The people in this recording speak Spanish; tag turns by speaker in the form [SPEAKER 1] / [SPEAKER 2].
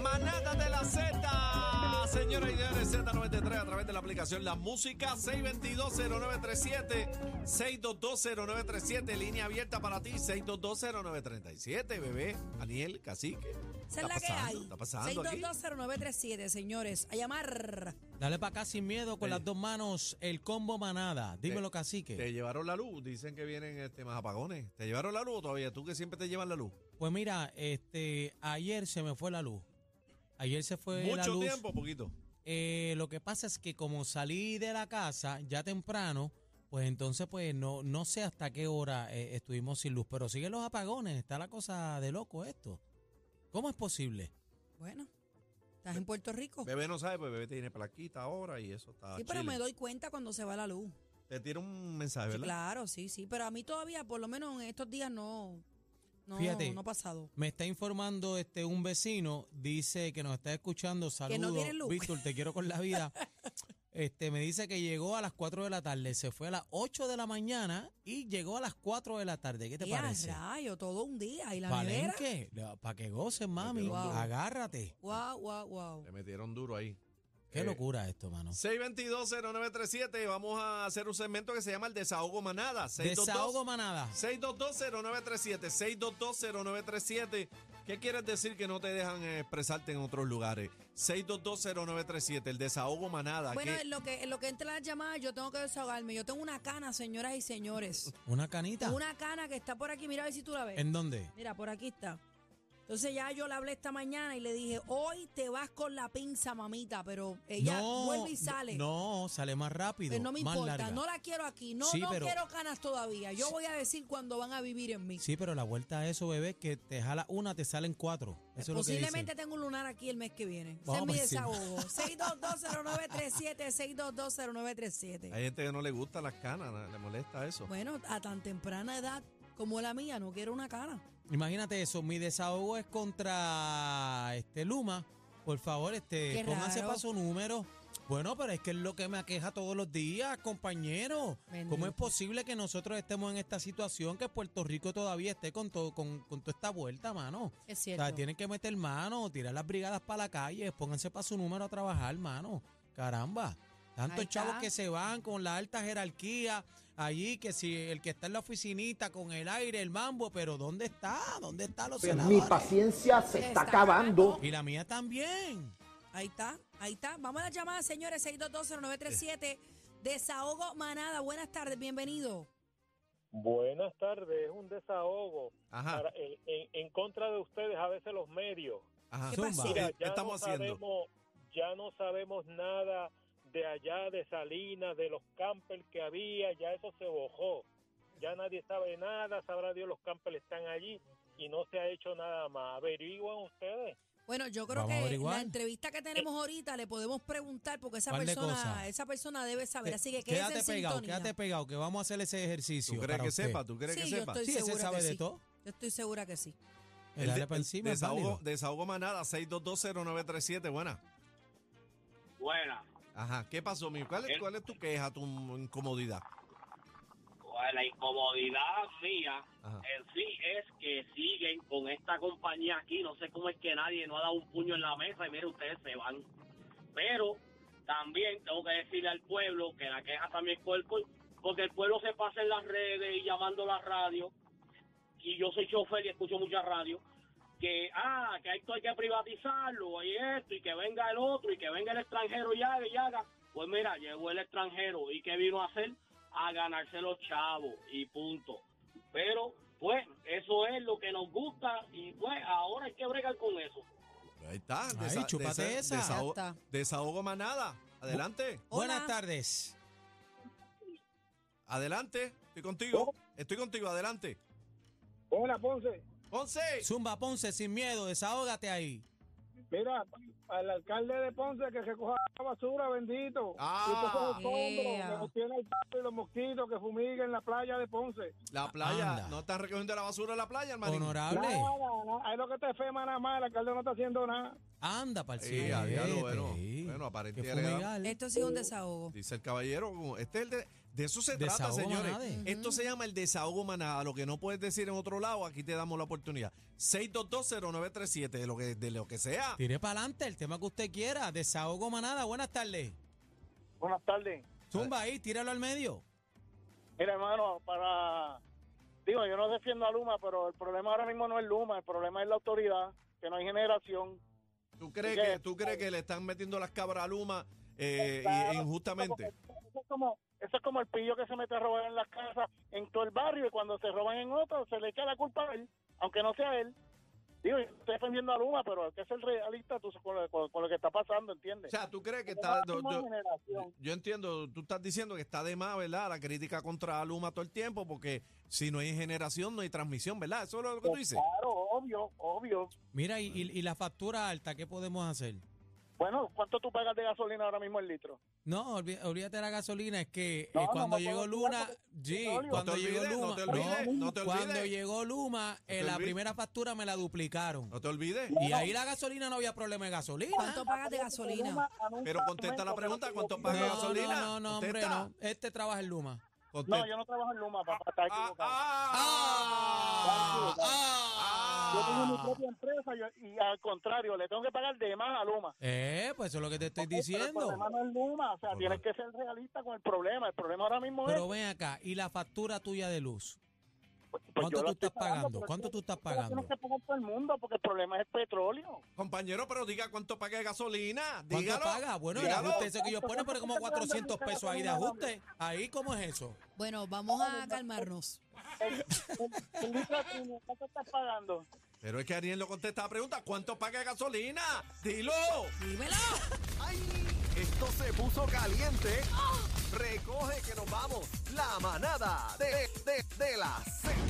[SPEAKER 1] manada de la Z. Señoras y señores, Z93 a través de la aplicación La Música 6220937, 6220937, línea abierta para ti, 6220937, bebé, Aniel, cacique.
[SPEAKER 2] Esa es
[SPEAKER 1] Está
[SPEAKER 2] la que
[SPEAKER 1] pasando,
[SPEAKER 2] hay.
[SPEAKER 1] Está pasando aquí.
[SPEAKER 2] 6220937, señores. A llamar.
[SPEAKER 3] Dale para acá sin miedo con
[SPEAKER 1] Sí.
[SPEAKER 3] las dos manos el combo manada. Dímelo,
[SPEAKER 1] Te-
[SPEAKER 3] cacique.
[SPEAKER 1] Te llevaron la luz, dicen que vienen este, más apagones. ¿Te llevaron la luz o todavía? Tú que siempre te llevan la luz.
[SPEAKER 3] Pues mira, este, ayer se me fue la luz. Ayer se fue Pues, la
[SPEAKER 1] Mucho
[SPEAKER 3] luz.
[SPEAKER 1] tiempo, poquito.
[SPEAKER 3] Eh, lo que pasa es que como salí de la casa ya temprano, pues entonces pues no, no sé hasta qué hora eh, estuvimos sin luz, pero siguen los apagones, está la cosa de loco esto. ¿Cómo es posible?
[SPEAKER 2] Bueno, estás en Puerto Rico.
[SPEAKER 1] Bebé no sabe, pues bebé tiene plaquita ahora y eso está.
[SPEAKER 2] Sí, pero
[SPEAKER 1] chile.
[SPEAKER 2] me doy cuenta cuando se va la luz.
[SPEAKER 1] Te tira un mensaje,
[SPEAKER 2] Sí,
[SPEAKER 1] ¿verdad?
[SPEAKER 2] claro, sí, sí. Pero a mí todavía, por lo menos en estos días, no. No,
[SPEAKER 3] Fíjate.
[SPEAKER 2] no ha pasado.
[SPEAKER 3] Me está informando este un vecino, dice que nos está escuchando, saludos,
[SPEAKER 2] tiene luz.
[SPEAKER 3] Víctor, te quiero con la vida. Este me dice que llegó a las 4 de la tarde, se fue a las 8 de la mañana y llegó a las 4 de la tarde. ¿Qué te
[SPEAKER 2] Ea,
[SPEAKER 3] parece?
[SPEAKER 2] rayo, todo un día. Y la nevera.
[SPEAKER 3] Palenque, para que gocen, mami,
[SPEAKER 1] Wow.
[SPEAKER 3] agárrate.
[SPEAKER 2] Guau, guau, guau.
[SPEAKER 1] Le metieron duro ahí.
[SPEAKER 3] Qué
[SPEAKER 1] Eh,
[SPEAKER 3] locura esto, mano.
[SPEAKER 1] 622-0937. Vamos a hacer un segmento que se llama el Desahogo Manada. 622
[SPEAKER 3] Desahogo manada.
[SPEAKER 1] 622-0937. 622-0937. ¿Qué quieres decir que no te dejan eh, expresarte en otros lugares? 622-0937. El Desahogo Manada.
[SPEAKER 2] Bueno,
[SPEAKER 1] que-
[SPEAKER 2] en lo, que, en lo que entra la llamada, yo tengo que desahogarme. Yo tengo una cana, señoras y señores.
[SPEAKER 3] Una canita.
[SPEAKER 2] Tengo una cana que está por aquí. Mira a ver si tú la ves.
[SPEAKER 3] ¿En dónde?
[SPEAKER 2] Mira, por aquí está. Entonces ya yo le hablé esta mañana y le dije, hoy te vas con la pinza, mamita, pero ella vuelve y sale.
[SPEAKER 3] No, sale más rápido.
[SPEAKER 2] Pues no me
[SPEAKER 3] más
[SPEAKER 2] importa,
[SPEAKER 3] larga.
[SPEAKER 2] no la quiero aquí, no,
[SPEAKER 3] Sí,
[SPEAKER 2] no
[SPEAKER 3] pero-
[SPEAKER 2] quiero canas todavía. Yo
[SPEAKER 3] Sí.
[SPEAKER 2] voy a decir cuando van a vivir en mí.
[SPEAKER 3] Sí, pero la vuelta a eso, bebé, que te jala una, te salen cuatro. Eso es lo que dicen.
[SPEAKER 2] Posiblemente tengo un lunar aquí el mes que viene. Ese es
[SPEAKER 3] Vamos
[SPEAKER 2] mi
[SPEAKER 3] pa' encima.
[SPEAKER 2] desahogo. 6220937, 6220937.
[SPEAKER 1] Hay gente que no le gusta las canas, na- le molesta eso.
[SPEAKER 2] Bueno, a tan temprana edad como la mía, no quiero una cana.
[SPEAKER 3] Imagínate eso. Mi desahogo es contra este Luma. Por favor, este,
[SPEAKER 2] Qué
[SPEAKER 3] pónganse
[SPEAKER 2] raro.
[SPEAKER 3] para su número. Bueno, pero es que es lo que me aqueja todos los días, compañero. ¿Cómo
[SPEAKER 2] Bendito.
[SPEAKER 3] es posible que nosotros estemos en esta situación, que Puerto Rico todavía esté con, todo, con, con toda esta vuelta, mano?
[SPEAKER 2] Es
[SPEAKER 3] O
[SPEAKER 2] cierto.
[SPEAKER 3] sea, tienen que meter mano, tirar las brigadas para la calle, pónganse para su número a trabajar, mano. Caramba.
[SPEAKER 2] Ahí
[SPEAKER 3] Tantos
[SPEAKER 2] está.
[SPEAKER 3] chavos que se van con la alta jerarquía allí, que si el que está en la oficinita con el aire, el mambo, pero ¿dónde está? ¿Dónde está los
[SPEAKER 1] Pues
[SPEAKER 4] Mi
[SPEAKER 3] senadores?
[SPEAKER 4] paciencia se
[SPEAKER 2] Se
[SPEAKER 4] está
[SPEAKER 2] está acabando.
[SPEAKER 4] acabando.
[SPEAKER 3] Y la mía también.
[SPEAKER 2] Ahí está, ahí está. Vamos a la llamada, señores, 6220937. Desahogo Manada, buenas tardes, bienvenido.
[SPEAKER 5] Buenas tardes, es un desahogo
[SPEAKER 1] Ajá,
[SPEAKER 5] para- en, en- en contra de ustedes a veces los medios.
[SPEAKER 1] ajá.
[SPEAKER 3] Ah,
[SPEAKER 2] ¿Qué pasó?
[SPEAKER 1] Mira,
[SPEAKER 5] ya
[SPEAKER 1] ¿Qué estamos
[SPEAKER 5] no
[SPEAKER 1] haciendo?
[SPEAKER 5] sabemos, ya no sabemos nada de allá de Salinas, de los campers que había, ya eso se bojó. Ya nadie sabe nada, sabrá Dios los campers están allí y no se ha hecho nada más. Averigüen ustedes.
[SPEAKER 2] Bueno, yo creo
[SPEAKER 3] Vamos a
[SPEAKER 2] que
[SPEAKER 3] averiguar.
[SPEAKER 2] la entrevista que tenemos ahorita le podemos preguntar porque esa
[SPEAKER 3] Par de
[SPEAKER 2] persona,
[SPEAKER 3] cosas. Eh,
[SPEAKER 2] esa persona debe saber. Así que quédese
[SPEAKER 3] quédate
[SPEAKER 2] en
[SPEAKER 3] pegado,
[SPEAKER 2] sintonía.
[SPEAKER 3] quédate pegado, que vamos a hacer ese ejercicio.
[SPEAKER 1] ¿Tú crees
[SPEAKER 3] para
[SPEAKER 1] que
[SPEAKER 3] usted.
[SPEAKER 1] sepa? ¿Tú crees que
[SPEAKER 2] Sí, yo
[SPEAKER 1] sepa?
[SPEAKER 2] estoy
[SPEAKER 3] Sí, ese
[SPEAKER 2] segura
[SPEAKER 3] sabe
[SPEAKER 2] que
[SPEAKER 3] de
[SPEAKER 2] sí.
[SPEAKER 3] todo.
[SPEAKER 2] Yo estoy segura que sí.
[SPEAKER 3] El
[SPEAKER 1] de-
[SPEAKER 3] dale para encima. es
[SPEAKER 1] desahogo,
[SPEAKER 3] válido.
[SPEAKER 1] desahogo manada, 6220937, buena.
[SPEAKER 6] Buena.
[SPEAKER 1] Ajá, ¿qué pasó, mi? ¿Cuál es,
[SPEAKER 6] El-
[SPEAKER 1] cuál es tu queja, tu incomodidad?
[SPEAKER 6] Bueno, La incomodidad mía
[SPEAKER 1] Ajá.
[SPEAKER 6] en sí es que siguen con esta compañía aquí. No sé cómo es que nadie no ha dado un puño en la mesa y mire, ustedes se van. Pero también tengo que decirle al pueblo que la queja también es por el pueblo, porque el pueblo se pasa en las redes y llamando a la radio. Y yo soy chofer y escucho mucha radio. Que, ah, que esto hay que privatizarlo y esto, y que venga el otro, y que venga el extranjero y haga y haga. Pues mira, llegó el extranjero y ¿qué vino a hacer? a ganarse los chavos y punto. Pero, pues, eso es lo que nos gusta y, pues, ahora hay que bregar con eso.
[SPEAKER 1] Ahí está.
[SPEAKER 3] Eh, Ay, chúpate esa.
[SPEAKER 2] Ya
[SPEAKER 1] Desahogo,
[SPEAKER 2] está.
[SPEAKER 1] desahogo manada. Adelante.
[SPEAKER 3] Buenas
[SPEAKER 2] Hola.
[SPEAKER 3] tardes.
[SPEAKER 1] Adelante. Estoy contigo. Estoy contigo. Adelante.
[SPEAKER 5] Oh. Hola, Ponce.
[SPEAKER 1] Once.
[SPEAKER 3] Zumba Ponce, sin miedo, desahógate ahí.
[SPEAKER 5] Mira, al alcalde de Ponce que recoja la basura, bendito.
[SPEAKER 1] Ah,
[SPEAKER 2] Y estos son los Yeah. que
[SPEAKER 5] tiene el los mosquitos que fumiguen la playa de Ponce.
[SPEAKER 1] la playa.
[SPEAKER 3] Anda.
[SPEAKER 1] No estás recogiendo la basura en la playa, hermano.
[SPEAKER 3] Honorable.
[SPEAKER 5] Nada, nada, es lo que te fema nada más, el alcalde no está haciendo nada.
[SPEAKER 3] Anda, parcero.
[SPEAKER 1] Sí, a diablo, bueno. Bueno, aparente y elegante.
[SPEAKER 5] Eh.
[SPEAKER 2] Esto sí es un desahogo.
[SPEAKER 1] Dice el caballero, este es el de- De eso se trata,
[SPEAKER 3] Desahogo
[SPEAKER 1] señores.
[SPEAKER 3] manada. Ujú.
[SPEAKER 1] Esto se llama el desahogo manada. Lo que no puedes decir en otro lado, aquí te damos la oportunidad. 6220937, de lo que, de lo que sea.
[SPEAKER 3] Tire para adelante el tema que usted quiera. Desahogo manada. Buenas tardes.
[SPEAKER 6] Buenas tardes.
[SPEAKER 3] Zumba
[SPEAKER 1] Ah.
[SPEAKER 3] ahí, tíralo al medio.
[SPEAKER 6] Mira, hermano, para. Digo, yo no defiendo a Luma, pero el problema ahora mismo no es Luma, el problema es la autoridad, que no hay generación.
[SPEAKER 1] ¿Tú crees,
[SPEAKER 6] ¿Qué?
[SPEAKER 1] que, ¿Tú crees que le están metiendo las cabras a Luma eh,
[SPEAKER 6] Claro.
[SPEAKER 1] y- injustamente?
[SPEAKER 6] Eso es, como, eso es como el pillo que se mete a robar en las casas en todo el barrio y cuando se roban en otro se le echa la culpa a él, aunque no sea él. Digo, yo estoy defendiendo a Luma, pero hay que ser realista tú, con, lo, con- con lo que está pasando,
[SPEAKER 1] O
[SPEAKER 6] ¿entiendes?
[SPEAKER 1] sea, ¿tú crees que
[SPEAKER 6] Pero
[SPEAKER 1] está.?
[SPEAKER 6] no
[SPEAKER 1] yo-
[SPEAKER 6] hay más generación.
[SPEAKER 1] Yo entiendo, tú estás diciendo que está de más, ¿verdad? La crítica contra Luma todo el tiempo, porque si no hay generación, no hay transmisión, ¿verdad? Eso es lo que tú
[SPEAKER 6] Pues
[SPEAKER 1] dices.
[SPEAKER 6] Claro, obvio, obvio.
[SPEAKER 3] Mira, y, y- y la factura alta, ¿qué podemos hacer?
[SPEAKER 6] Bueno, ¿cuánto tú pagas de gasolina ahora mismo el litro?
[SPEAKER 3] No, olví- olvídate de la gasolina, es que eh,
[SPEAKER 6] No, no
[SPEAKER 3] cuando
[SPEAKER 6] me
[SPEAKER 3] llegó
[SPEAKER 6] puedo
[SPEAKER 3] Luna,
[SPEAKER 6] olvidar
[SPEAKER 3] sí,
[SPEAKER 6] petróleo.
[SPEAKER 3] cuando
[SPEAKER 1] No te
[SPEAKER 3] llegó
[SPEAKER 1] olvides, no
[SPEAKER 3] Luma,
[SPEAKER 1] te olvides, no te
[SPEAKER 3] cuando
[SPEAKER 1] olvides.
[SPEAKER 3] llegó Luma,
[SPEAKER 1] te
[SPEAKER 3] en la
[SPEAKER 1] olvides.
[SPEAKER 3] primera factura me la duplicaron.
[SPEAKER 1] No te olvides.
[SPEAKER 3] Y ahí la gasolina no había problema de gasolina.
[SPEAKER 2] ¿Cuánto pagas Ah, de gasolina?
[SPEAKER 6] Luma anuncia
[SPEAKER 1] Pero contesta la
[SPEAKER 6] aumento,
[SPEAKER 1] pregunta,
[SPEAKER 6] pero
[SPEAKER 1] ¿cuánto
[SPEAKER 6] digo,
[SPEAKER 1] paga
[SPEAKER 3] No,
[SPEAKER 6] no,
[SPEAKER 1] gasolina?
[SPEAKER 3] no, no, no, hombre,
[SPEAKER 1] Contesta.
[SPEAKER 3] no. Este trabaja en Luma.
[SPEAKER 1] Contesta.
[SPEAKER 6] No, yo no trabajo en Luma, papá, está
[SPEAKER 1] Ah,
[SPEAKER 6] equivocado.
[SPEAKER 1] ah,
[SPEAKER 6] Está equivocado. Yo tengo mi
[SPEAKER 1] ah,
[SPEAKER 6] propia empresa yo- y al contrario, le tengo que pagar de más a Luma.
[SPEAKER 3] Eh, pues eso es lo que te estoy
[SPEAKER 6] Ok, Pero el problema
[SPEAKER 3] diciendo.
[SPEAKER 6] no es Luma, o sea,
[SPEAKER 1] Correcto.
[SPEAKER 6] tienes que ser realista con el problema. El problema ahora mismo
[SPEAKER 3] Pero
[SPEAKER 6] es.
[SPEAKER 3] ven acá, y la factura tuya de luz.
[SPEAKER 6] pues, pues
[SPEAKER 3] ¿Cuánto
[SPEAKER 6] yo
[SPEAKER 3] tú
[SPEAKER 6] la estoy
[SPEAKER 3] estás pagando?
[SPEAKER 6] pero
[SPEAKER 3] ¿Cuánto
[SPEAKER 6] es que
[SPEAKER 3] tú estás
[SPEAKER 6] eso la
[SPEAKER 3] pagando?
[SPEAKER 6] Tienes que pagar todo el mundo porque el problema es el petróleo.
[SPEAKER 1] Compañero, pero diga cuánto paga de gasolina.
[SPEAKER 3] ¿Cuánto
[SPEAKER 1] Dígalo.
[SPEAKER 3] paga? Bueno, el
[SPEAKER 1] dígalo.
[SPEAKER 3] ajuste ese que ellos ponen, pero como 400 pesos ahí de ajuste. Ahí, ¿cómo es eso?
[SPEAKER 2] Bueno, vamos a calmarnos.
[SPEAKER 6] El, el- el litro de premium, ¿cuánto estás pagando?
[SPEAKER 1] Pero es que Ariel no contesta la pregunta. ¿Cuánto paga de gasolina? ¡Dilo!
[SPEAKER 2] ¡Dímelo!
[SPEAKER 7] ¡Ay! Esto se puso caliente. Recoge que nos vamos. La manada de, de, de la Z.